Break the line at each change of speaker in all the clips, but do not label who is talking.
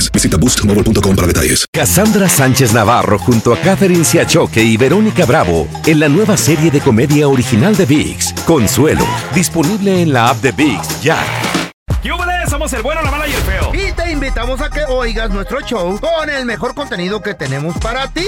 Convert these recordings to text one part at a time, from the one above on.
Visita boostmobile.com para detalles.
Cassandra Sánchez Navarro junto a Catherine Siachoque y Verónica Bravo en la nueva serie de comedia original de VIX, Consuelo, disponible en la app de VIX ya.
¡Yúbales! Somos el bueno, la mala y el feo.
Y te invitamos a que oigas nuestro show con el mejor contenido que tenemos para ti.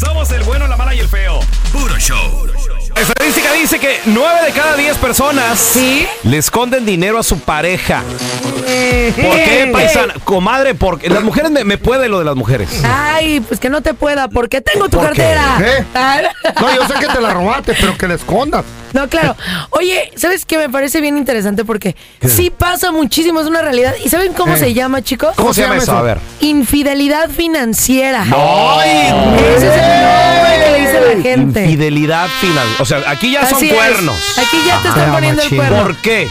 Somos el bueno, la mala y el feo. Puro show. La estadística dice que 9 de cada 10 personas le esconden dinero a su pareja. ¿Por qué,
Eh.
paisana? Comadre, porque las mujeres me, me puede lo de las mujeres.
Ay, pues que no te pueda, porque tengo tu
¿Por qué?
cartera.
¿Qué?
Ah,
No, yo sé que te la robaste, pero que la escondas.
No, claro. Oye, ¿sabes qué? Me parece bien interesante porque sí pasa muchísimo, es una realidad. ¿Y saben cómo
Eh.
se llama, chicos?
¿Cómo se llama eso?
A ver.
Infidelidad financiera.
¡Ay!
Ese es el nombre que le dice la gente.
Infidelidad final. O sea, aquí ya son
Así es.
cuernos.
Aquí ya te están
Ah,
poniendo el
machín.
cuerno.
¿Por qué?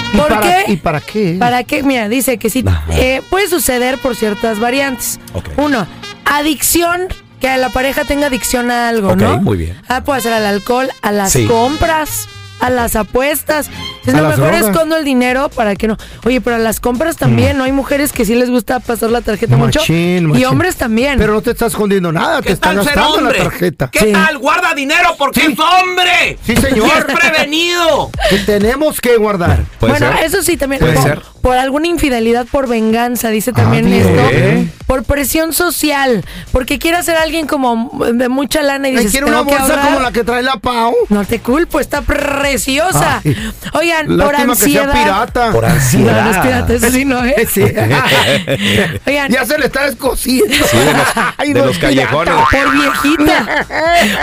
¿Y
¿Por
para-
qué?
¿Y para qué?
¿Para qué? Mira, dice que sí. eh, puede suceder por ciertas variantes.
Ok.
Uno, adicción. Que la pareja tenga adicción a algo,
Ok,
¿no?
muy bien.
Ah, puede ser al alcohol, a las
Sí.
compras, a las apuestas. Entonces,
A
no,
las
mejor
drogas. Mm.
escondo el dinero para que no. Oye, pero a las compras también, ¿no? Hay mujeres que sí les gusta pasar la tarjeta
Machín,
mucho.
machín.
Y hombres también.
Pero no te estás escondiendo nada, te está gastando la tarjeta.
Sí.
Guarda dinero porque es hombre.
Sí, señor.
Y prevenido.
Que tenemos que guardar.
¿Puede
bueno,
ser?
eso sí también.
¿Puede
por,
ser?
por alguna infidelidad, por venganza, dice también
bien.
esto.
¿Eh?
Por presión social, porque quiere ser alguien como de mucha lana y
Ay,
dices,
quiero
"Tengo
una
que
bolsa
ahorrar".
como la que trae la Pau.
No te culpo, está preciosa.
Ay,
Oigan, por
Lástima que
ansiedad.
sea pirata.
Por
No,
ansiedad.
no es pirata, eso sí no es.
Sí.
Oigan,
ya se le está escociendo.
de los-
Ay,
de
no
los
es pirata.
callejones.
por viejita.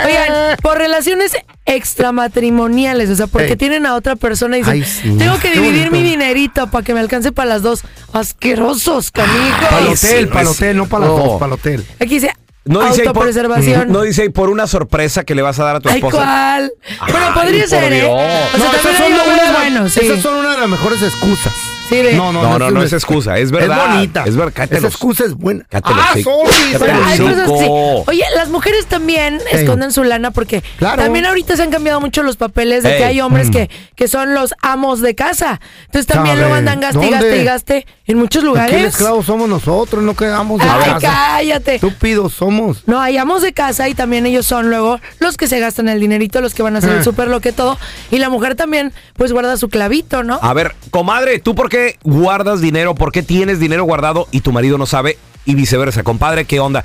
Oigan, por relaciones extramatrimoniales, o sea, porque
Ey.
tienen a otra persona y dicen,
Ay, sí.
tengo que
Qué
dividir
bonito.
mi dinerito para que me alcance para las dos.
Ah,
Asquerosos,
Para el
canijos.
hotel,
no
para el
es-
hotel, no para las
no.
dos, para el hotel.
Aquí dice
No dice, ahí por,
autopreservación.
no dice ahí por una sorpresa que le vas a dar a tu
Ay,
esposa.
¿cuál? Bueno, podría
por
ser, ¿eh?
Dios.
O sea,
No,
también
esas
hay
son,
hombres
unas-
buenos, sí.
esas son una de las mejores excusas.
Sí, de-
No, no, no, no es excusa, es verdad.
Es bonita.
Es ver- cállate
Esa
los-
excusa es buena.
cállate los
ah,
hocico.
sorry,
Cállate
Pero
sorry.
los
hay
hocico.
cosas que sí.
Cinco.
Oye, las mujeres también
Ey.
esconden su lana porque
Claro.
también ahorita se han cambiado mucho los papeles de
Ey.
que hay hombres que, que son los amos de casa. Entonces también
Chale,
luego andan gaste y gaste
¿dónde?
y gaste en muchos
Aquí el
lugares.
esclavo somos nosotros, no quedamos de
Ay,
casa.
cállate.
Estúpidos somos.
No, hay amos de casa y también ellos son luego los que se gastan el dinerito, los que van a hacer
Eh.
el súper, lo que todo. Y la mujer también, pues guarda su clavito, ¿no?
A ver, comadre, ¿tú por qué guardas dinero? ¿Por qué tienes dinero guardado y tu marido no sabe? Y viceversa, compadre, ¿qué onda?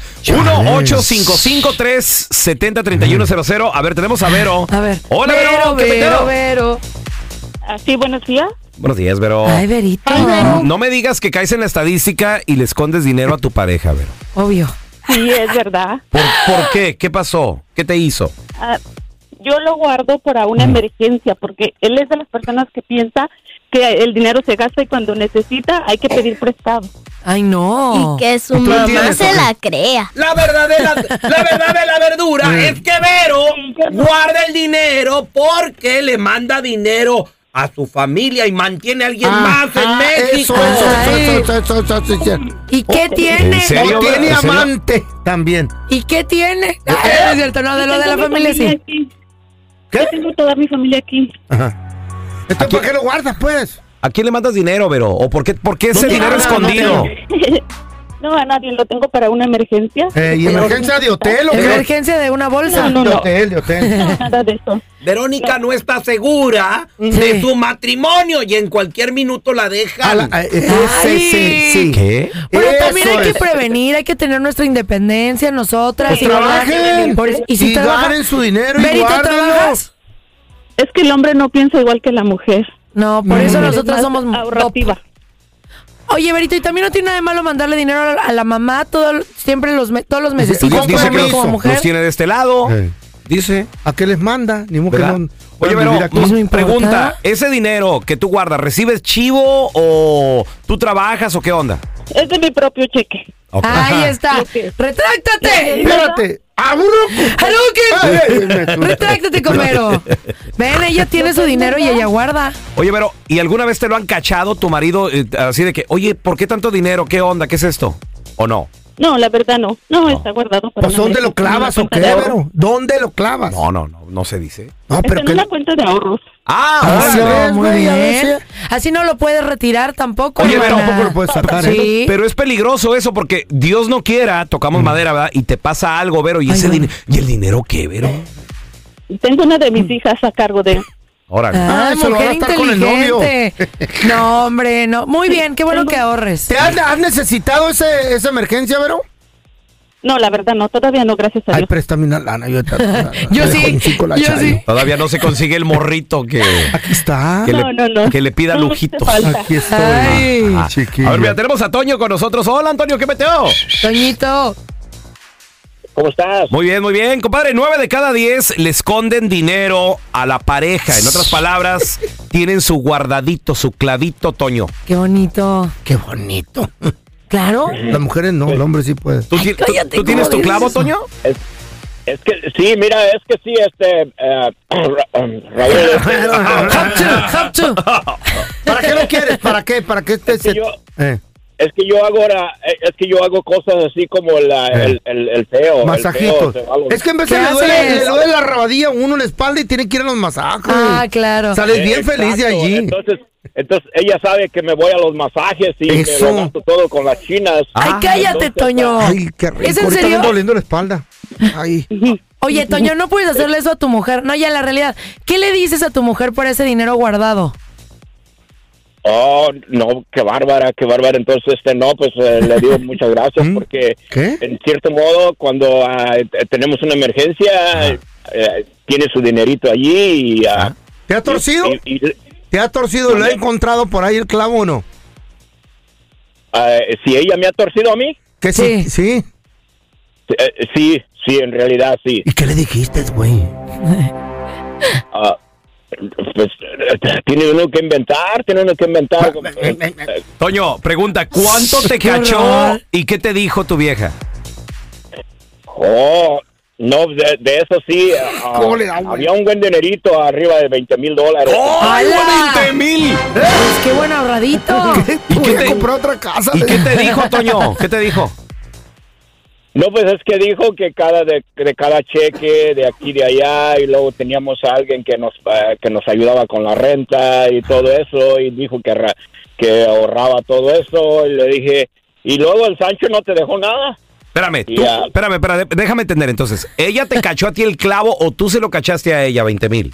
1-855-370-3100. A ver, tenemos a Vero.
A ver.
Hola, Vero. ¿qué
Vero,
peteo?
Vero.
Así, Ah, buenos días.
Buenos días, Vero.
Ay, Verito.
No me digas que caes en la estadística y le escondes dinero a tu pareja, Vero.
Obvio.
Sí, es verdad.
¿Por, por qué? ¿Qué pasó? ¿Qué te hizo?
Ah, yo lo guardo para
Mm.
una emergencia porque él es de las personas que piensa que el dinero se gasta y cuando necesita hay que pedir prestado.
Ay, no.
Y que su
¿Tú
mamá
entiendes,
se
Jorge?
la crea.
La verdad de la, la verdad de la verdura es que Vero guarda el dinero porque le manda dinero a su familia y mantiene a alguien
Ah,
más en
ah,
México.
Eso, eso, eso, eso, eso, eso, eso, eso.
¿Y qué tiene?
¿En serio,
O
Vero?
tiene
¿En serio?
amante también.
¿Y qué tiene? Ah, no es cierto, no, de lo de la
Tengo mi
familia sí.
aquí.
¿Qué?
Yo tengo toda mi familia aquí.
Ajá. Entonces,
Aquí-
¿por qué lo guardas, pues?
¿A quién le mandas dinero, Vero? ¿O por qué, por qué ese
No te
dinero
hagas, no te
escondido?
hagas.
No, a nadie, lo tengo para una emergencia.
Eh, ¿y emergencia de hotel o qué?
Emergencia de una bolsa.
No, no,
De
no.
hotel, de hotel.
Nada de eso.
Verónica no está segura de su matrimonio y en cualquier minuto la
A
deja.
la- a- eh, ese, sí, sí.
¿Qué?
Pero
Eso
también hay
es.
que prevenir, hay que tener nuestra independencia, nosotras.
Pues trabajen.
Por eso- y si
y
trabaja-
ganen su dinero y
Verito,
guárdenlo.
¿trabajas?
Es que el hombre no piensa igual que la mujer.
No, por
Mm.
eso nosotras
Más
somos
ahorrativa.
Oye, Berito, y también no tiene nada de malo mandarle dinero a la, a la mamá todo, siempre los me- todos los meses.
dice
Dios
que
Compromiso.
los,
como mujer.
los tiene de este lado.
Sí.
Dice.
¿A qué les manda? Ni modo que
¿verdad?
no
Oye,
puedan vivir
pero
aquí.
¿no se me
mm,
importa?
pregunta, ¿ese dinero que tú guardas, recibes chivo o tú trabajas o qué onda?
Es de mi propio cheque.
Ah, Ahí está. ¡Retráctate!
Espérate. ¡Aburro!
¡Haruki!
Ay, me-
¡Retráctate, Comero! Ven, ella tiene su dinero y ella guarda.
Oye, pero ¿y alguna vez te lo han cachado tu marido eh, así de que, oye, ¿por qué tanto dinero? ¿Qué onda? ¿Qué es esto? ¿O no?
No, la verdad no. No, está guardado para
Pues
una
¿dónde lo
emergencia,
clavas
en
o
una
qué,
cuenta de ahorro.
Vero? ¿Dónde lo clavas?
No, no, no, no se dice.
No,
Está
pero
en
que...
una cuenta de ahorros.
Ah,
Ah,
órale.
sí,
Muy
güey, a ver
bien. Así no lo puedes retirar tampoco.
Oye,
hermana.
pero tampoco
lo puedes sacar, ¿eh?
Sí.
Pero es peligroso eso porque Dios no quiera, tocamos madera, ¿verdad? Y te pasa algo, Vero, y ese dinero, ¿y el dinero qué, Vero?
Eh.
Tengo una de
Mm.
mis hijas a cargo de...
Órale.
Ah,
Ah, se lo va a
mujer
gastar con el novio.
inteligente. No, hombre, no. Muy bien, qué bueno que ahorres.
¿Te has, has necesitado ese, esa emergencia, Vero?
No, la verdad no, todavía no, gracias a
Ay,
Dios.
préstame una lana. Yo,
Yo sí, yo sí.
Todavía no se consigue el morrito que,
Aquí está.
que
No,
le,
no, no.
que le pida
No me hace
lujitos.
falta.
Aquí estoy.
Ay.
Ah,
Chiquillo.
A ver, mira, tenemos a Toño con nosotros. Hola, Antonio, ¿qué meteo?
Toñito.
¿Cómo estás?
Muy bien, muy bien. Compadre, nueve de cada diez le esconden dinero a la pareja. En otras palabras, tienen su guardadito, su clavito, Toño.
Qué bonito.
Qué bonito.
Claro.
Las mujeres no, el hombre sí puede.
¿Tú, ti- tú-
cállate,
tú
¿cómo
tienes tu
dices
clavo,
eso?
Toño?
Es que sí, mira, es que sí, este, eh, Ra- Raúl, este,
Hop to, hop to.
¿Para qué lo quieres? ¿Para qué? ¿Para qué te se-
yo-
eh,
es que yo hago, ahora, eh, es que yo hago cosas así como la, el, el, el feo, el
Eh. masajitos?
feo, o algo.
Es que en vez de
¿Qué
le duele,
haces?
le duele la rabadilla a uno en la espalda y tiene que ir a los masajes.
Ah, claro.
Sales
Eh,
bien feliz de
exacto,
allí.
Entonces, entonces ella sabe que me voy a los masajes y
Eso.
me lo gasto todo con las chinas. Ah,
Ay, cállate,
entonces,
Toño.
Ay, qué rico.
¿Es en
Ahorita me
serio?
ando doliendo la espalda. Ay.
Oye, Toño, no puedes hacerle eso a tu mujer. No, ya la realidad. ¿Qué le dices a tu mujer por ese dinero guardado?
Oh, no, qué bárbara, qué bárbara. Entonces, este, no, pues eh, le digo muchas gracias
¿Mm?
porque,
¿Qué?
en cierto modo, cuando ah, eh, tenemos una emergencia, eh, tiene su dinerito allí y... ah,
¿Te ha torcido?
y- y-
¿Te ha torcido? ¿Lo ha encontrado por ahí el clavo o no?
ah, si ella me ha torcido a mí,
¿Qué sí?
Sí.
¿Sí?
eh, sí, sí, en realidad sí.
¿Y qué le dijiste, güey?
Ah, pues eh, tiene uno que inventar, tiene uno que inventar. eh,
Toño, pregunta, ¿cuánto te
Qué
cachó
horror.
y qué te dijo tu vieja?
Oh, no, de, de eso sí. ah,
¿Cómo le da, güey? ¡Oh!
había un buen dinerito arriba de 20 mil dólares.
¡Ay,
¡Hala!
20 mil!
Pues qué buen ahorradito.
¿Y
qué
qué
te-
Eh, comprar otra casa?
¿Y qué te dijo, Toño? ¿Qué te dijo?
No, pues es que dijo que cada de, de cada cheque de aquí y de allá y luego teníamos a alguien que nos eh, que nos ayudaba con la renta y todo eso y dijo que ra- que ahorraba todo eso y le dije y luego el Sancho no te dejó nada.
Espérame, tú,
Ya.
espérame, espérame, déjame entender entonces. ¿Ella te cachó a ti el clavo o tú se lo cachaste a ella, 20 mil?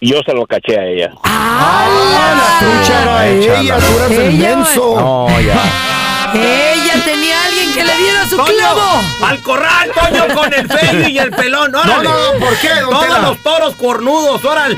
Y yo se lo caché a ella.
¡Ah, la trucha era
Échala.
ella! ¡Tú eras el
Ella-
menso!
No, ya.
Ella tenía alguien que le diera su clavo.
Al corral, Toño, con el feo y el pelón,
No,
órale.
no, ¿por qué, don
Todos
Tela? Eh,
los toros cornudos, órale.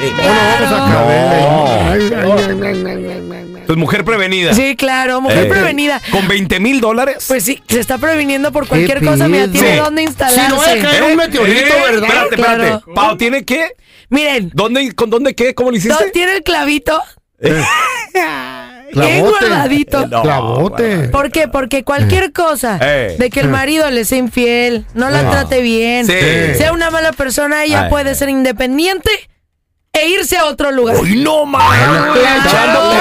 Pues mujer prevenida.
Sí, claro, mujer
Eh.
prevenida.
¿Con 20 mil dólares?
Pues sí, se está previniendo por cualquier cosa. Mira,
pedo?
tiene
Sí.
dónde instalarse. Eh,
Si no voy a caer un meteorito, ¿verdad?
¿Eh? Espérate, espérate.
Claro.
Pau, ¿tiene qué?
Miren,
¿Dónde, ¿Con dónde qué? ¿Cómo lo hiciste? Eh,
no, tiene el clavito bien
Clavote.
guardadito.
No,
Clavote.
¿Por qué? Porque cualquier cosa
Eh.
de que el marido le sea infiel, no la trate bien,
Sí.
sea una mala persona, ella
Ay.
puede ser independiente e irse a otro lugar.
¡Uy, no, man!
Dando
Claro.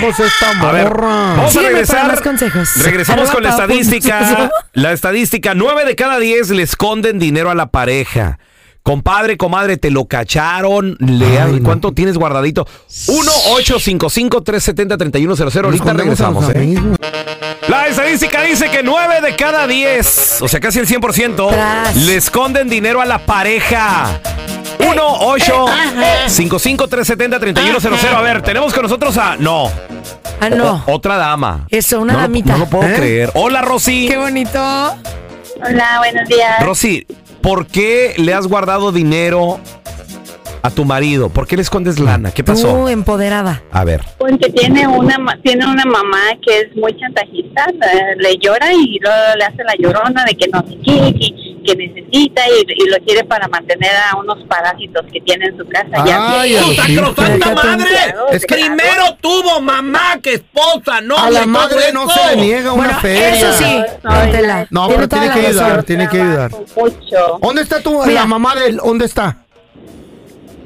consejos esta
A ver,
morra.
vamos a
Sígueme para
regresar.
más consejos.
Regresamos
Arroba
con la
Pau punto
estadística.
Suso.
La estadística, 9 de cada 10 le esconden dinero a la pareja. Compadre, comadre, te lo cacharon. Le han- ¿Cuánto tienes guardadito? 1-855-370-3100. Ahorita regresamos, ¿eh? La estadística dice que 9 de cada 10, o sea, casi el 100%,
Tras.
le esconden dinero a la pareja. 1 8
Eh,
55 370 3100 A ver, tenemos con nosotros a. No.
Ah, no.
O- Eh, otra dama.
Eso, una
no, lo-
damita.
No lo puedo
¿Eh?
creer. Hola, Rosy.
Qué bonito.
Hola, buenos días.
Rosy, ¿por qué le has guardado dinero a tu marido? ¿Por qué le escondes lana? ¿Qué
Tú,
pasó?
empoderada.
A ver.
Porque Pues tiene una ma- tiene una mamá que es muy chantajista, eh, le llora y luego le hace la llorona de que no sé qué, que, que necesita y, y lo quiere para mantener a unos parásitos que tiene en su casa. ya
Ay,
bien.
a los
¡Puta
hijos.
santa
Déjate un
madre!
cuidado,
Es que-
Primero tuvo mamá que esposa, ¿no?
A la madre no se le niega una
Bueno,
feria.
eso sí. Póntela.
No, pero
toda
tiene
la
que
razón.
ayudar. tiene que ayudar.
Trabajo Mucho
¿Dónde está tu
Mira.
la mamá de él? ¿Dónde está?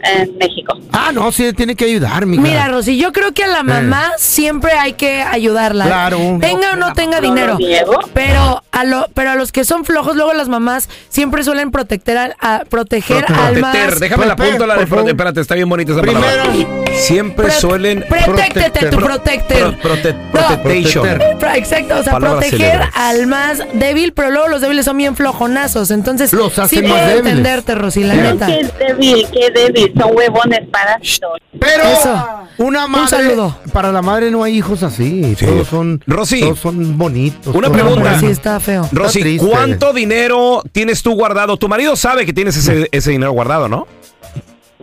en México.
Ah, no, sí, tiene que ayudar, mi
Mira, Rosy, yo creo que
Eh.
a la mamá siempre hay que ayudarla. ¿eh?
Claro.
Tenga o no tenga
no lo
dinero.
niego.
Pero a, lo, pero a los que son flojos, luego las mamás siempre suelen proteger, al- a, proteger almas.
Proteger, déjame la
Prote-
apunto la de
por favor.
prote- Espérate, está bien bonita esa palabra.
Primero,
Siempre
Pro-
suelen.
Protéctete, tu
Pro-
protector.
pro- prote- protection.
Pro- Exacto, o sea,
Palabras
proteger
célebres.
al más débil, pero luego los débiles son bien flojonazos. Entonces,
Los hace
sí
más
puedo
débiles.
entenderte, Rosy, la
Ay,
neta.
Qué débil, qué débil, son huevones parásitos.
pero
Eso.
una madre.
saludo.
Para la madre no hay hijos así. Todos son.
Rosy.
Todos son bonitos.
Una
todos son
pregunta.
buenos.
Sí, está feo.
Rosy,
Está triste.
¿cuánto dinero tienes tú guardado? Tu marido sabe que tienes
Mm.
ese, ese dinero guardado, ¿no?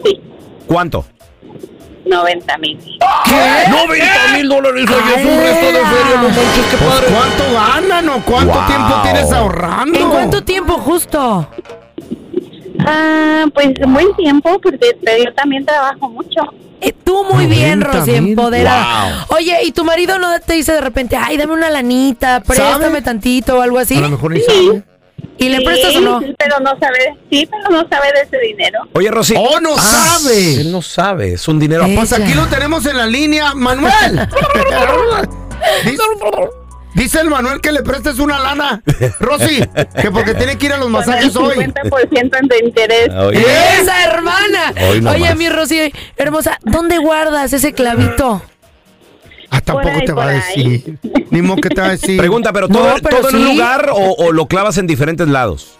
Sí,
¿Cuánto?
90 mil.
¿Qué? 90 mil dólares. Oye, es un resto de feria, no manches, qué
Pues,
padre.
¿Cuánto ganan o cuánto
Wow.
tiempo tienes ahorrando?
¿En cuánto tiempo justo?
Ah, pues buen tiempo, porque te- yo también trabajo mucho.
Eh, tú muy bien,
90,000.
Rosy, empoderada. Oye, ¿y tu marido no te dice de repente, ay, dame una lanita, préstame
¿Sabe?
tantito o algo así?
A lo mejor ni
Sí.
sabe.
¿Y le
Sí,
prestas o no?
sí, pero no sabe, sí, pero no sabe de ese dinero.
Oye, Rosy. Ah,
¡Oh, no sabe!
Él no sabe. Es un dinero.
Eh.
aparte.
Pues aquí lo tenemos en la línea, Manuel. dice, dice el Manuel que le prestes una lana, Rosy, que porque tiene que ir a los
Con el
masajes hoy.
50% de interés.
Ah,
¿Eh?
¡Esa hermana!
Hoy no
Oye,
más.
mi Rosy, hermosa, ¿dónde guardas ese clavito?
Ah, tampoco
Por ahí,
te va a
por
decir. Ni modo que te va a decir.
Pregunta, ¿pero
No,
todo,
pero
todo en un
sí.
lugar o, o lo clavas en diferentes lados?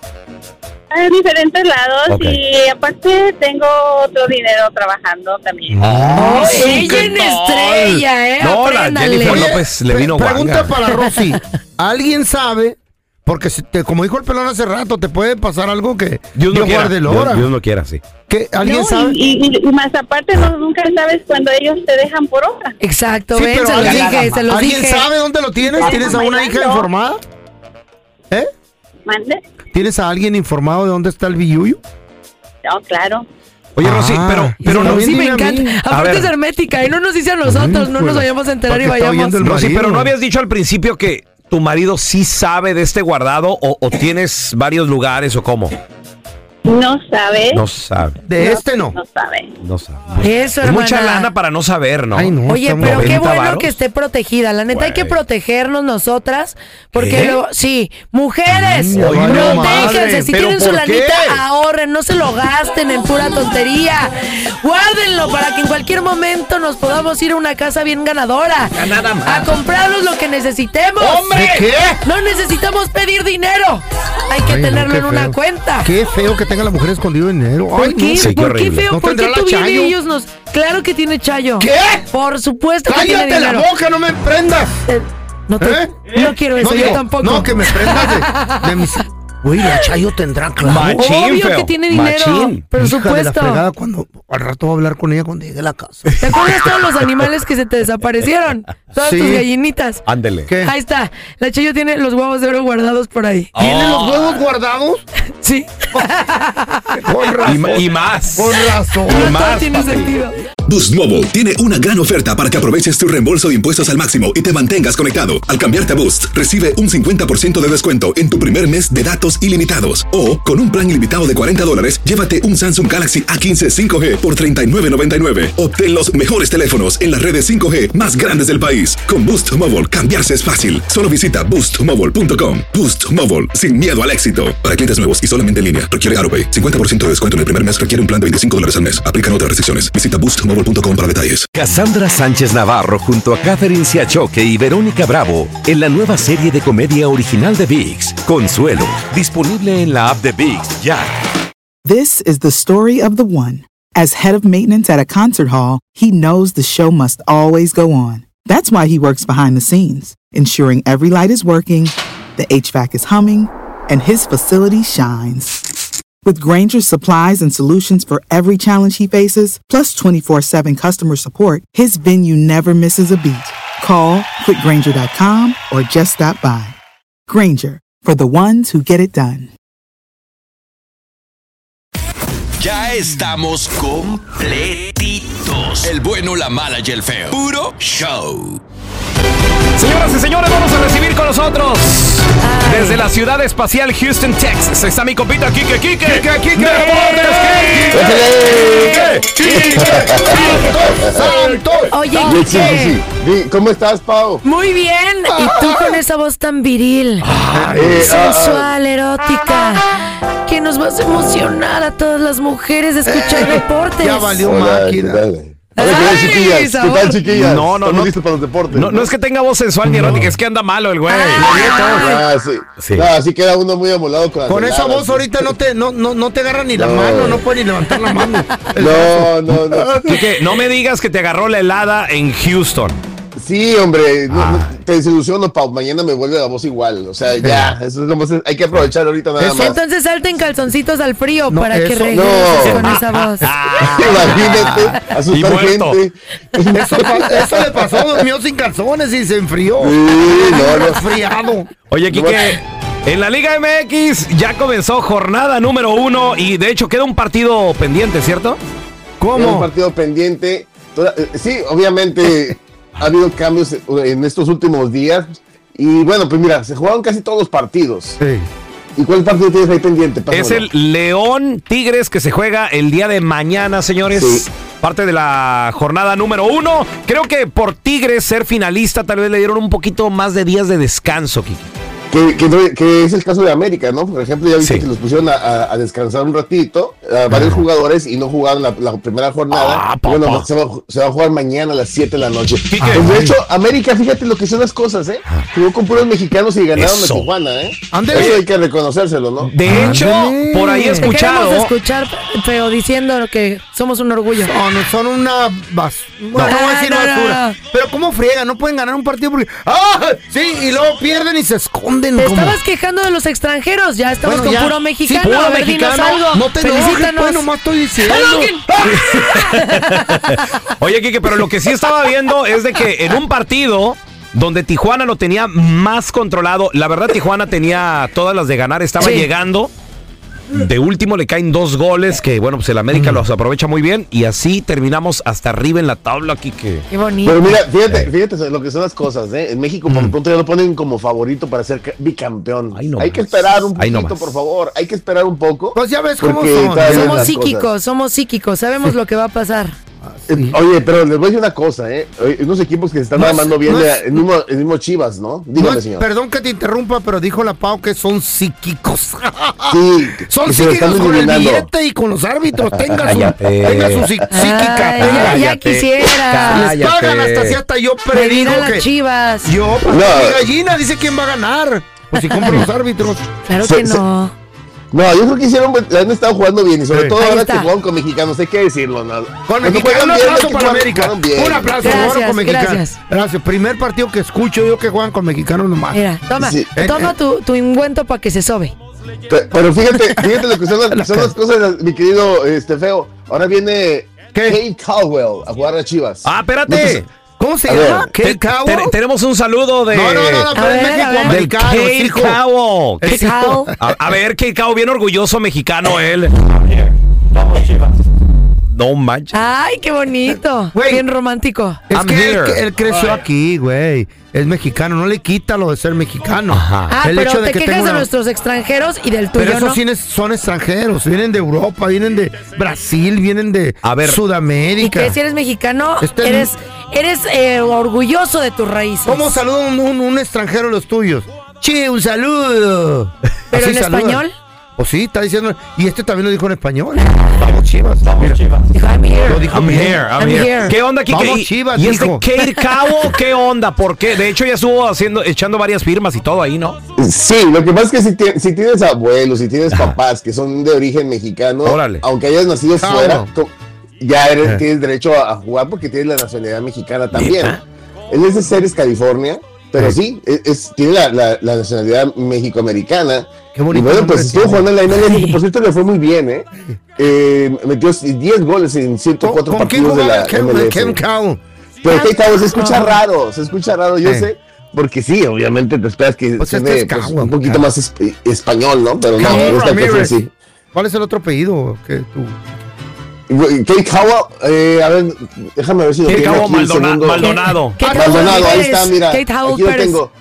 A diferentes lados
Ok.
y aparte tengo otro dinero trabajando también.
Oh, ¡Ella en estrella, eh!
No, la
Apréndale.
Jennifer
Oye,
López le
pre-
vino
Pregunta
guanga.
para Rosy. ¿Alguien sabe? Porque si te- como dijo el pelón hace rato, te puede pasar algo que Dios,
no quiera.
guarde el
Dios,
hora.
Dios no quiera, sí.
¿Qué? ¿Alguien
No,
sabe?
Y, y- y más aparte, no, nunca sabes cuando ellos te dejan por obra.
Exacto,
Sí,
ven,
pero
se los
¿alguien,
dije, se los
¿alguien
dije.
sabe dónde lo tienes? ¿Tienes a una hija
bailando.
informada? ¿Eh?
¿Mande?
¿Tienes a alguien informado de dónde está el billuyo?
No, claro.
Oye,
Ah,
Rosy, pero,
y
pero
no
no,
viene
Rosy
Dime
me
a mí.
encanta.
A
Aparte
ver.
es hermética y no nos dice a nosotros, no nos
Híjole,
vayamos a enterar y
porque está
vayamos.
oyendo el
Rosy,
marido.
pero no habías dicho al principio que tu marido sí sabe de este guardado o, o tienes varios lugares o cómo.
No sabe.
No sabe,
De este no.
No sabe.
no sabe.
Eso,
Es
hermana.
mucha lana para no saber, ¿no?
Ay, no.
Oye,
está muy
pero qué
90
bueno
varos.
que esté protegida. La neta, hay que
Güey.
protegernos nosotras. Porque
¿Eh?
luego, sí, mujeres,
Oye, no
protéjanse.
madre,
Si
¿pero
tienen su
por
lanita,
qué?
ahorren. No se lo gasten en pura tontería. Guárdenlo para que en cualquier momento nos podamos ir a una casa bien ganadora.
Ya nada más.
A comprarnos lo que necesitemos.
¿De qué?
No necesitamos pedir dinero. Hay que
Ay, no,
tenerlo
qué
en una
feo.
cuenta.
Qué feo que tenga la mujer escondido dinero.
¿Por
Ay,
qué?
no.
Sí, qué
¿Por qué
horrible.
feo?
¿No
¿Por qué
tendrá la
tú viene
Chayo?
y ellos nos...? Claro que tiene Chayo.
¿Qué?
Por supuesto que tiene
¡Cállate la
dinero.
boca! ¡No me emprendas!
Eh, No, te-
¿Eh?
no quiero eso, yo
digo,
tampoco.
No, que me prendas de, de mis. Güey, la Chayo tendrá claro.
Machín,
Obvio
feo.
que tiene dinero.
Machín.
Por
Hija de la
supuesto.
fregada, cuando al rato va a hablar con ella cuando llegue a la casa.
¿Te acuerdas todos los animales que se te desaparecieron? Todas
Sí.
tus gallinitas.
Ándele.
¿Qué?
Ahí está. La Chayo tiene los huevos de oro guardados por ahí.
Ah.
¿Tiene los huevos guardados?
Sí.
Con
Y, ma-
razón.
y más.
Con razón.
No todo
más,
tiene
papi.
sentido.
Boost Mobile tiene una gran oferta para que aproveches tu reembolso de impuestos al máximo y te mantengas conectado. Al cambiarte a Boost, recibe un 50% de descuento en tu primer mes de datos ilimitados. O, con un plan ilimitado de 40 dólares, llévate un Samsung Galaxy A15 5G por $39.99. Obtén los mejores teléfonos en las redes 5G más grandes del país. Con Boost Mobile, cambiarse es fácil. Solo visita boostmobile.com. Boost Mobile, sin miedo al éxito. Para clientes nuevos y solo solamente en línea. Requiere AroPay. 50% de descuento en el primer mes requiere un plan de 25 dólares al mes. Aplican otras restricciones. Visita boostmobile.com para detalles.
Cassandra Sánchez Navarro junto a Catherine Siachoque y Verónica Bravo en la nueva serie de comedia original de VIX, Consuelo, disponible en la app de VIX ya.
This is the story of the one. As head of maintenance at a concert hall, he knows the show must always go on. That's why he works behind the scenes, ensuring every light is working, the HVAC is humming, and his facility shines. With Granger's supplies and solutions for every challenge he faces, plus 24 7 customer support, his venue never misses a beat. Call quickgranger.com or just stop by. Granger, for the ones who get it done.
Ya estamos completitos. El bueno, la mala y el feo. Puro show.
Señoras y señores, vamos a recibir con nosotros desde la ciudad espacial Houston, Texas. Está mi compita Kike Kike. Kike Kike.
Oye,
Sí, sí,
Quique.
sí, sí. Di, ¿Cómo estás, Pau?
Muy bien. Y tú con esa voz tan viril, ah,
eh,
sensual, erótica, que nos vas a emocionar a todas las mujeres de escuchar deportes.
Hola, ¿qué tal? Hola, ¿qué tal, chiquillas? ¿Qué
sabor.
tal, chiquillas?
No, no,
¿Estamos
no.
listos para los deportes?
No, no es que tenga voz sensual ni erótica, es que anda malo el güey.
Ah, sí. No, así queda uno muy amolado con la
Con esa
velada,
voz ahorita no te, no, no, no te agarra ni la
No.
mano, no puede ni levantar la mano.
No, no, no.
Quique, no me digas que te agarró la helada en Houston.
Sí, hombre, no,
Ah.
no, te desilusiono, Pau. Mañana me vuelve la voz igual. O sea, ya, eso es lo más. Hay que aprovechar ahorita nada más.
Entonces salten calzoncitos al frío
No,
para que
eso-
regreses
no.
con esa
Ah,
voz.
Imagínate,
Y
asustar
muerto.
gente.
Eso, pa- eso le pasó, durmió sin calzones y se enfrió.
Sí, no, no.
Resfriado.
Oye, Quique, en la Liga MX ya comenzó jornada número uno y de hecho queda un partido pendiente, ¿cierto?
Era Un partido pendiente. Toda- eh, sí, obviamente ha habido cambios en estos últimos días. Y bueno, pues mira, se jugaron casi todos los partidos. ¿Y cuál partido tienes ahí pendiente?
Es
Pásamelo.
el León Tigres que se juega el día de mañana, señores. Parte de la jornada número uno. Creo que por Tigres ser finalista, tal vez le dieron un poquito más de días de descanso, Kiki.
Ah, Que, que no- que es el caso de América, ¿no? Por ejemplo, ya viste que los pusieron a, a- a descansar un ratito, a varios jugadores, y no jugaron la, la primera jornada. Y bueno, se va, se va a jugar mañana a las 7 de la noche. Pues, de hecho, América, fíjate lo que son las cosas, ¿eh? Jugó con puros mexicanos y ganaron
Eso.
a Tijuana, ¿eh?
Ándale.
Eso hay que reconocérselo, ¿no?
De hecho, por ahí he
Te queremos
escuchado.
escuchar, pero diciendo que somos un orgullo.
Son, son una bas- Bueno, no voy a decir
Ah, no,
basura.
no.
Pero cómo friegan, no pueden ganar un partido porque. ¡Ah! Sí, y luego pierden y se esconden.
Te
como-
estabas quejando de los extranjeros, ya estamos
Bueno,
con
ya.
puro mexicano.
Sí, puro
a ver, dinos
mexicano.
algo.
No te enojes,
Felicítanos.
pues, nomás estoy diciendo.
Oye, Kike, pero lo que sí estaba viendo es de que en un partido donde Tijuana lo tenía más controlado, la verdad, Tijuana tenía todas las de ganar, estaba
Sí.
llegando. De último le caen dos goles que, bueno, pues el América los aprovecha muy bien y así terminamos hasta arriba en la tabla, Kike.
Qué bonito.
Pero mira, fíjate, fíjate lo que son las cosas, ¿eh? En México,
Mm.
por lo pronto, ya lo ponen como favorito para ser ca- bicampeón. hay que esperar un
Ay,
poquito,
no más.
por favor. Hay que esperar un poco. Pues
ya ves
Somos psíquicos, somos psíquicos, sabemos lo que va a pasar.
Eh, Oye, pero les voy a decir una cosa, ¿eh? Oye, Unos equipos que se están
No es-
armando bien
no
de-
es-
el, mismo, el mismo Chivas, ¿no? Dígame,
No,
señor.
Perdón que te interrumpa, pero dijo la Pau que son psíquicos.
Sí,
ah, Son
que se lo están
psíquicos con el
eliminando.
billete y con los árbitros. Tenga su,
Cállate.
tenga su psí- psíquica.
Ay,
tenga.
ya- ya quisiera.
Les pagan hasta si hasta yo predigo
Venir a las
que-
chivas.
Yo, para
No.
mi gallina, dice quién va a ganar. Pues si compro los árbitros.
Claro
Se- se- No, yo creo que hicieron, buen- han estado jugando bien y sobre
Sí.
todo
Ahí
ahora
está.
que jugaron con mexicanos, hay que decirlo. ¿no?
Con
Cuando
Mexicano,
juegan
un
pues, bien,
aplauso
hay que
para
jugar-
América.
jugaron bien.
Un aplauso,
Gracias,
ahora con Mexicano.
gracias.
Gracias. Primer partido que escucho yo que juegan con mexicanos nomás.
Mira, toma,
Sí. Eh,
toma
eh,
tu, tu ingüento para que se sobe.
Pe- Pero fíjate, fíjate lo que son las, son las cosas, mi querido este feo. Ahora viene Kate Caldwell a jugar a Chivas.
Ah, espérate.
Entonces,
¿Cómo se
A ver.
llama? ¿Qué
Te-
cabo?
te- tenemos un saludo de.
No, no, no, no, pero A es ver, México, a ver.
Del
americano,
Kate
es hijo.
Cabo.
Es
Kate-
hijo.
A, a ver, Kate Cabo, bien orgulloso mexicano él. No manches.
Ay, qué bonito. Bien romántico.
Es que él, él creció aquí, güey. Es mexicano, no le quita lo de ser mexicano.
Ah,
El
pero
hecho de
te
que
quejas
tenga
de
una-
nuestros extranjeros y del tuyo,
Pero esos
¿no?
sí son extranjeros, vienen de Europa, vienen de Brasil, vienen de
Y
Sudamérica.
que si eres mexicano,
Este-
eres, eres eh, orgulloso de tus raíces.
¿Cómo saluda un, un- un extranjero a los tuyos? Che, un saludo.
¿Pero en
saludan.
español? Ah,
Pues sí, está diciendo. Y este también lo dijo en español. Vamos, Chivas. Vamos, Chivas.
I'm here.
Lo dijo
I'm
bien.
here, I'm here. ¿Qué onda, Kike?
Vamos,
¿Y-
Chivas,
¿Y este
dijo.
Kate Cabo qué onda? ¿Por qué? De hecho, ya estuvo haciendo, echando varias firmas y todo ahí, ¿no?
Sí, lo que pasa es que si, ti- si tienes abuelos, si
Ah.
tienes papás que son de origen mexicano, aunque hayas nacido
Ah,
fuera,
no.
co- ya eres-
Eh.
tienes derecho a, a jugar porque tienes la nacionalidad mexicana también. Él es de Ceres, California, pero
Eh.
sí, es, es- tiene la, la- la nacionalidad mexicoamericana.
Qué
Y
bonito
bueno,
nombre
pues estuvo
tiene.
jugando en la MLS, por cierto le fue muy bien, ¿eh? Eh, metió 10 goles en 104
¿Con quién
partidos de
jugaba
la
Ken-
MLS.
Ken Cow?
Pero Kate Cowell se
Ah.
escucha raro, se escucha raro, yo
Eh.
sé. Porque sí, obviamente te esperas que
Pues
suene,
este es
pues,
Cowell,
un poquito
Cowell.
más esp- español, ¿no? Pero no,
Cabo
no es la persona
Ramírez.
así.
¿Cuál es el otro apellido que tú?
Kate Cowell, eh, a ver, déjame ver si lo
Kate
tengo
Cowell
aquí el
Maldona-
segundo.
Maldonado.
Ah,
Kate
Maldonado, ahí
Howell
está,
Pérez.
mira.
Kate Howell
aquí lo
Pérez.
tengo.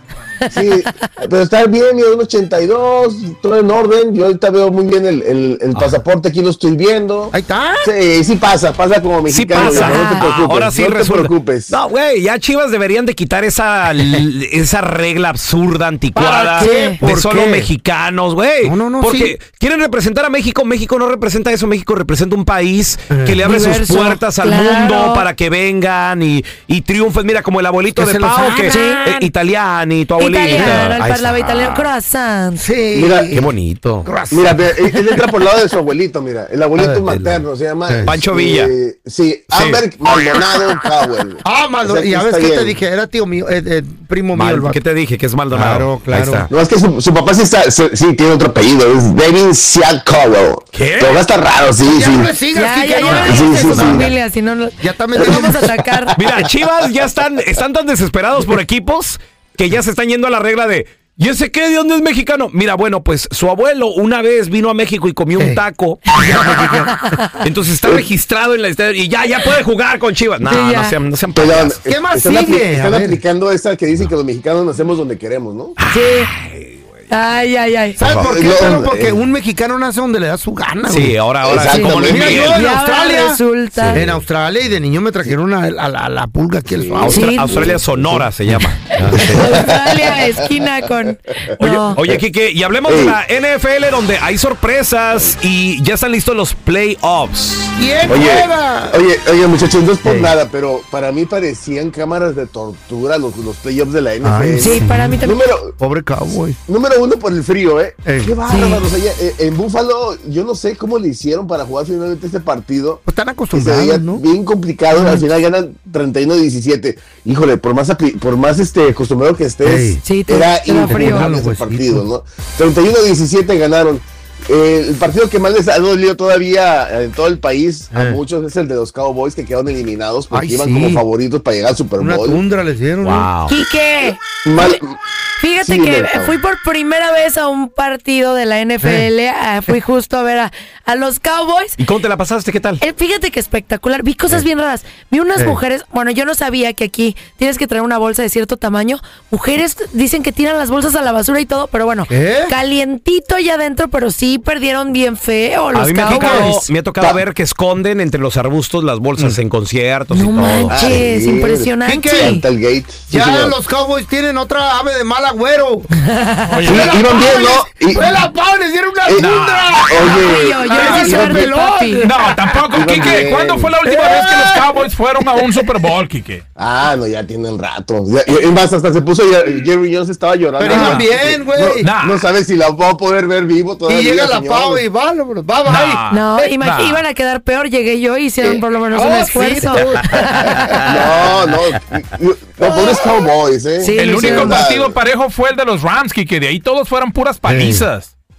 Sí, pero está bien, yo en 82, todo en orden. Yo ahorita veo muy bien el, el- el pasaporte, aquí lo estoy viendo. Ahí
Ah. está.
Sí, sí pasa, pasa como
Sí
mexicano.
pasa.
No
Ah,
te preocupes.
Ahora sí
no te
resulta.
preocupes.
No, güey, ya Chivas deberían de quitar esa, l- esa regla absurda, anticuada,
¿Para qué?
de
¿Por
solo
qué?
mexicanos, güey.
No, no, no,
Porque
sí.
quieren representar a México. México no representa eso. México representa un país que le abre sus
Eh. Diverso,
puertas al
claro.
mundo para que vengan y, y triunfen. Mira, como el abuelito
Que
de
se los
Pau, que
hagan.
eh, italiani, tu abuelita.
Italiano,
Ahí
el parlaba
está.
italiano. Croissant.
Sí.
Mira,
Qué bonito.
Mira, ve, e, él, él entra por el lado de su abuelito, mira. El
Ah,
abuelito
Ándale.
materno se llama.
Sí.
este,
Pancho Villa.
Sí, Albert Maldonado Cowell.
Ah, Maldonado.
O sea,
y a
está
ver qué te
bien.
dije, era tío mío, eh, eh, primo mío.
Mal-
el vato.
¿Qué te dije? Que es Maldonado.
Claro,
Ahí
claro.
está.
No, es que su, su papá sí, está, sí, sí, tiene otro apellido, es Devin Sean Cowell.
¿Qué?
Pero va a estar raro, sí,
Ya
sí.
no le sigas,
Ya,
Kike,
ya,
no
ya
le
me
Sí,
dijiste
sí,
su
sí.
familia, si no, no-
Ya está
te
metiendo.
vamos a atacar.
Mira, Chivas ya están, están tan desesperados por equipos que ya se están yendo a la regla de. ¿Y ese qué? ¿De dónde es mexicano? Mira, bueno, pues su abuelo una vez vino a México y comió un taco. Entonces está registrado en la y ya, ya puede jugar con Chivas. No,
Sí, ya.
no sean, no sean
Pero,
payasos.
¿Qué más
están apli-
sigue?
Están
A ver. Ah,
aplicando esa que dice que los mexicanos nacemos donde queremos, ¿no?
Sí. Ay, ay, ay.
¿Sabes por qué?
Lo-
Pero
eh.
porque un mexicano nace donde le da su gana.
Sí,
güey.
ahora- ahora
Exacto.
sí, como Luis
Mira,
Miguel.
yo en
oh, Y ahora
Australia.
resulta.
sí, En Australia y de niño me trajeron a, a la- a la pulga aquí al suave.
Austra- Australia Sonora se llama.
Australia, esquina con. No.
Oye, Kike, y hablemos de la NFL donde hay sorpresas y ya están listos los playoffs.
¡Bien,
Oye,
nueva!
oye, oye, muchachos, no es por nada, pero para mí parecían cámaras de tortura los, los playoffs de la NFL.
Sí, para mí también.
Número,
Pobre cowboy.
número uno por el frío, ¿eh?
Eh.
Qué bárbaro. o sea, ya, eh, en Búfalo, yo no sé cómo le hicieron para jugar finalmente este partido.
Pues están
que se
acostumbrados,
veía
¿no?
bien complicado. Al final ganan 31-17. Híjole, por más, apli- por más este, acostumbrado que estés,
Ey.
Sí, te-
era
te da frío.
impecable ese
pues.
partido, ¿no? 31-17 ganaron. Eh, el partido que más les ha dolido todavía eh, en todo el país a
Eh.
muchos es el de los Cowboys que quedaron eliminados porque
Ay,
iban
sí.
como favoritos para llegar al Super
Una
Bowl.
tundra les dieron. ¿no?
Quique,
Mal-
fíjate
Sí,
que
Beto.
fui por primera vez a un partido de la NFL. ah, Fui justo a ver a, a los Cowboys.
¿Y cómo te la pasaste? ¿Qué tal?
Eh, fíjate que espectacular. Vi cosas bien raras. Vi unas
Eh.
mujeres. Bueno, yo no sabía que aquí tienes que traer una bolsa de cierto tamaño. Mujeres dicen que tiran las bolsas a la basura y todo, pero bueno,
¿Qué?
calientito allá adentro, pero sí perdieron bien feo
A
los
mí me ha tocado,
Cowboys.
me ha tocado ver que esconden entre los arbustos las bolsas
Mm.
en conciertos y
No
todo.
manches,
sí.
impresionante.
Quique.
Atlanta Gate. Sí,
Ya
señor.
los Cowboys tienen otra ave de mal agüero.
Sí, iban bien, ¿no? Y- Eh,
¡Fue la Pau! ¡Les dieron una tundra!
Oye,
Yo, yo
Ah,
no
ese
soy
papel.
del papi.
No, tampoco,
Iban
Quique.
bien.
¿Cuándo fue la última vez que
Eh.
los Cowboys fueron a un Super Bowl, Quique?
Ah, no, ya tienen rato. Ya, y- es más, hasta se puso ya- Jerry Jones estaba llorando.
Pero iban bien, güey.
Ah, No, no sabe si la va a poder ver vivo todavía.
Y llega la
señor.
Pau y va, bro, va, va.
Nah.
y-
No, imag-
Nah.
iban a quedar peor. Llegué yo y hicieron por lo menos un
Oh, sí,
esfuerzo.
No, no. no, Los pobres Cowboys, ¿eh?
Sí,
El único
lo hicieron
partido parejo fue el de los Rams, Quique. De ahí todos fueron puras palizas.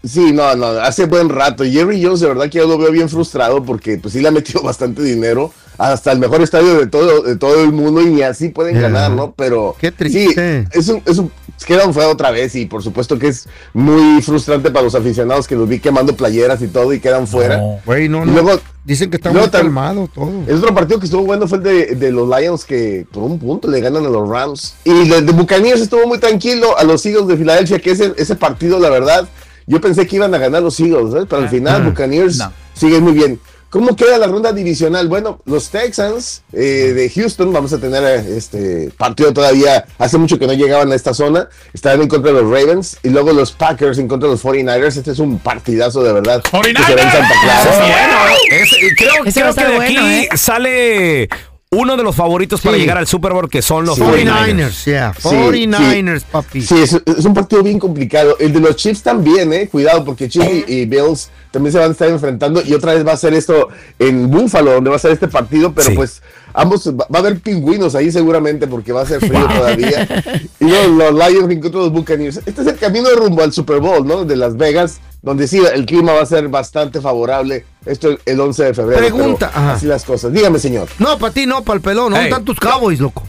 Sí, no, no, hace buen rato. Jerry Jones, de verdad que yo lo veo bien frustrado porque pues sí le ha metido bastante dinero hasta el mejor estadio de todo, de todo el mundo y ni así pueden
Ya.
ganar, ¿no? Pero
Qué triste.
sí, es un, es un, queda un feo otra vez y por supuesto que es muy frustrante para los aficionados que los vi quemando playeras y todo y quedan fuera.
Güey, no,
Y
no.
luego-
Dicen que está
luego
muy
tam-
calmado todo.
El otro partido que estuvo bueno fue el de, de los Lions que por un punto le ganan a los Rams. Y el de Buccaneers estuvo muy tranquilo a los Eagles de Filadelfia, que ese, ese partido, la verdad, yo pensé que iban a ganar los Eagles, ¿sabes? pero al final Buccaneers
no.
sigue muy bien. ¿Cómo queda la ronda divisional? Bueno, los Texans eh, de Houston, vamos a tener eh, este partido todavía, hace mucho que no llegaban a esta zona, están en contra de los Ravens y luego los Packers en contra de los 49ers, este es un partidazo de verdad. que se ve en Santa Clara.
Bueno, es- creo,
¿eh? Ese
creo
va a
que
estar
de aquí
bueno, ¿eh?
sale uno de los favoritos para
Sí.
llegar al Super Bowl, que son los
49ers, yeah.
Sí,
49ers, papi.
Sí, es, es un partido bien complicado. El de los Chiefs también, eh. Cuidado, porque Chiefs y, y Bills también se van a estar enfrentando. Y otra vez va a ser esto en Buffalo, donde va a ser este partido. Pero pues ambos, va va a haber pingüinos ahí seguramente, porque va a ser frío todavía. Y
Eh.
luego los Lions en contra de los Buccaneers. Este es el camino rumbo al Super Bowl, ¿no? De Las Vegas, donde sí, el clima va a ser bastante favorable. Esto el- el 11 de febrero. pero
Pregunta, ajá.
Así las cosas. Dígame, señor.
No, para ti no, para el pelón. ¿Dónde
Ey.
están tus Cowboys, loco?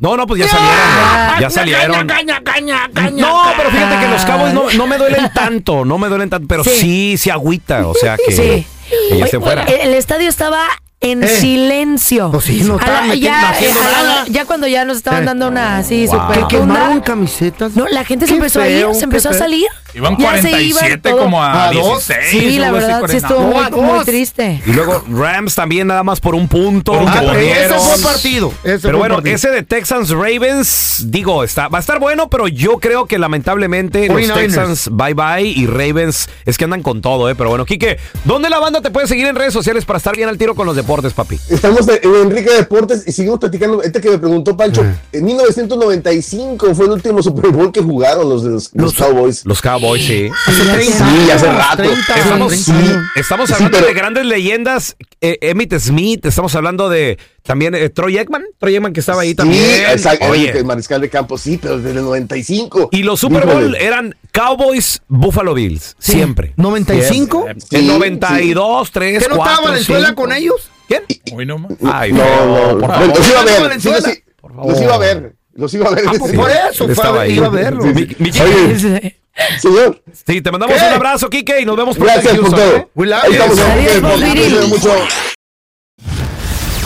No, no, pues ya salieron. güey. Ya salieron.
Caña, caña, caña,
No, pero fíjate que los cabos no, no me duelen tanto, no me duelen tanto, pero
Sí.
sí, se agüita, o sea que,
Sí.
que ya
Oye,
se fuera.
El, el estadio estaba en
Eh.
silencio.
Pues sí, no
A
estaba
la-
metiendo-
ya,
haciendo
eh, a la-
nada.
ya cuando ya nos estaban
Eh.
dando una así
Wow.
super
¿Que Ah, quemaron camisetas?
No, la gente se
Qué
empezó a
feo,
ir, se empezó a
qué feo.
salir.
Iban
Ya se iban
47
todo.
como a,
¿A Ah, dos?
16.
Sí, la
algo así,
verdad sí
40.
estuvo
No,
muy,
a dos.
muy triste.
Y luego Rams también nada más por un punto. Ah,
un
que
punto.
perdieron.
Ese Ah, fue partido, ese fue
pero bueno,
partido.
ese de Texans Ravens, digo, está, va a estar bueno, pero yo creo que lamentablemente los
49ers.
Texans bye bye y Ravens es que andan con todo, eh. Pero bueno, Quique, ¿dónde la banda te puede seguir en redes sociales para estar bien al tiro con los deportes, papi?
Estamos en Enrique Deportes y seguimos platicando. Este que me preguntó Pancho,
Eh.
en 1995 fue el último Super Bowl que jugaron los de los, los Cowboys.
Los Cowboys, sí.
Sí, hace rato.
Estamos,
Sí.
estamos
Sí,
hablando
pero-
de grandes leyendas. eh, Emmitt Smith, estamos hablando de también eh, Troy Eggman. Troy Eggman que estaba ahí también.
Sí, exacto,
Oye,
el mariscal de campo, sí, pero desde el 95.
Y los Super
Híjole.
Bowl eran Cowboys, Buffalo Bills. Siempre.
¿95?
Siempre.
Sí,
en 92, 3,
¿Que no
4,
estaba Valenzuela con ellos?
¿Quién?
Hoy no más.
Ay,
No,
feo,
no,
por
no,
favor.
los iba a ver.
Valenzuela.
sí, los- los iba a ver. Los iba a ver.
Ah, pues, por eso,
Sí,
fue a-
ahí.
iba a verlo.
Sí, sí.
Mi- mi-
Oye, señor.
Sí, te mandamos
¿Qué?
un abrazo, Kike, y nos vemos pronto.
Gracias
en
por
Houston,
todo.
¿eh? We love
Ahí
you.
estamos. Enrique Deportes, cuídense mucho.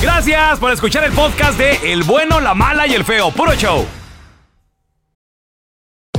Gracias por escuchar el podcast de El Bueno, la Mala y el Feo. Puro show.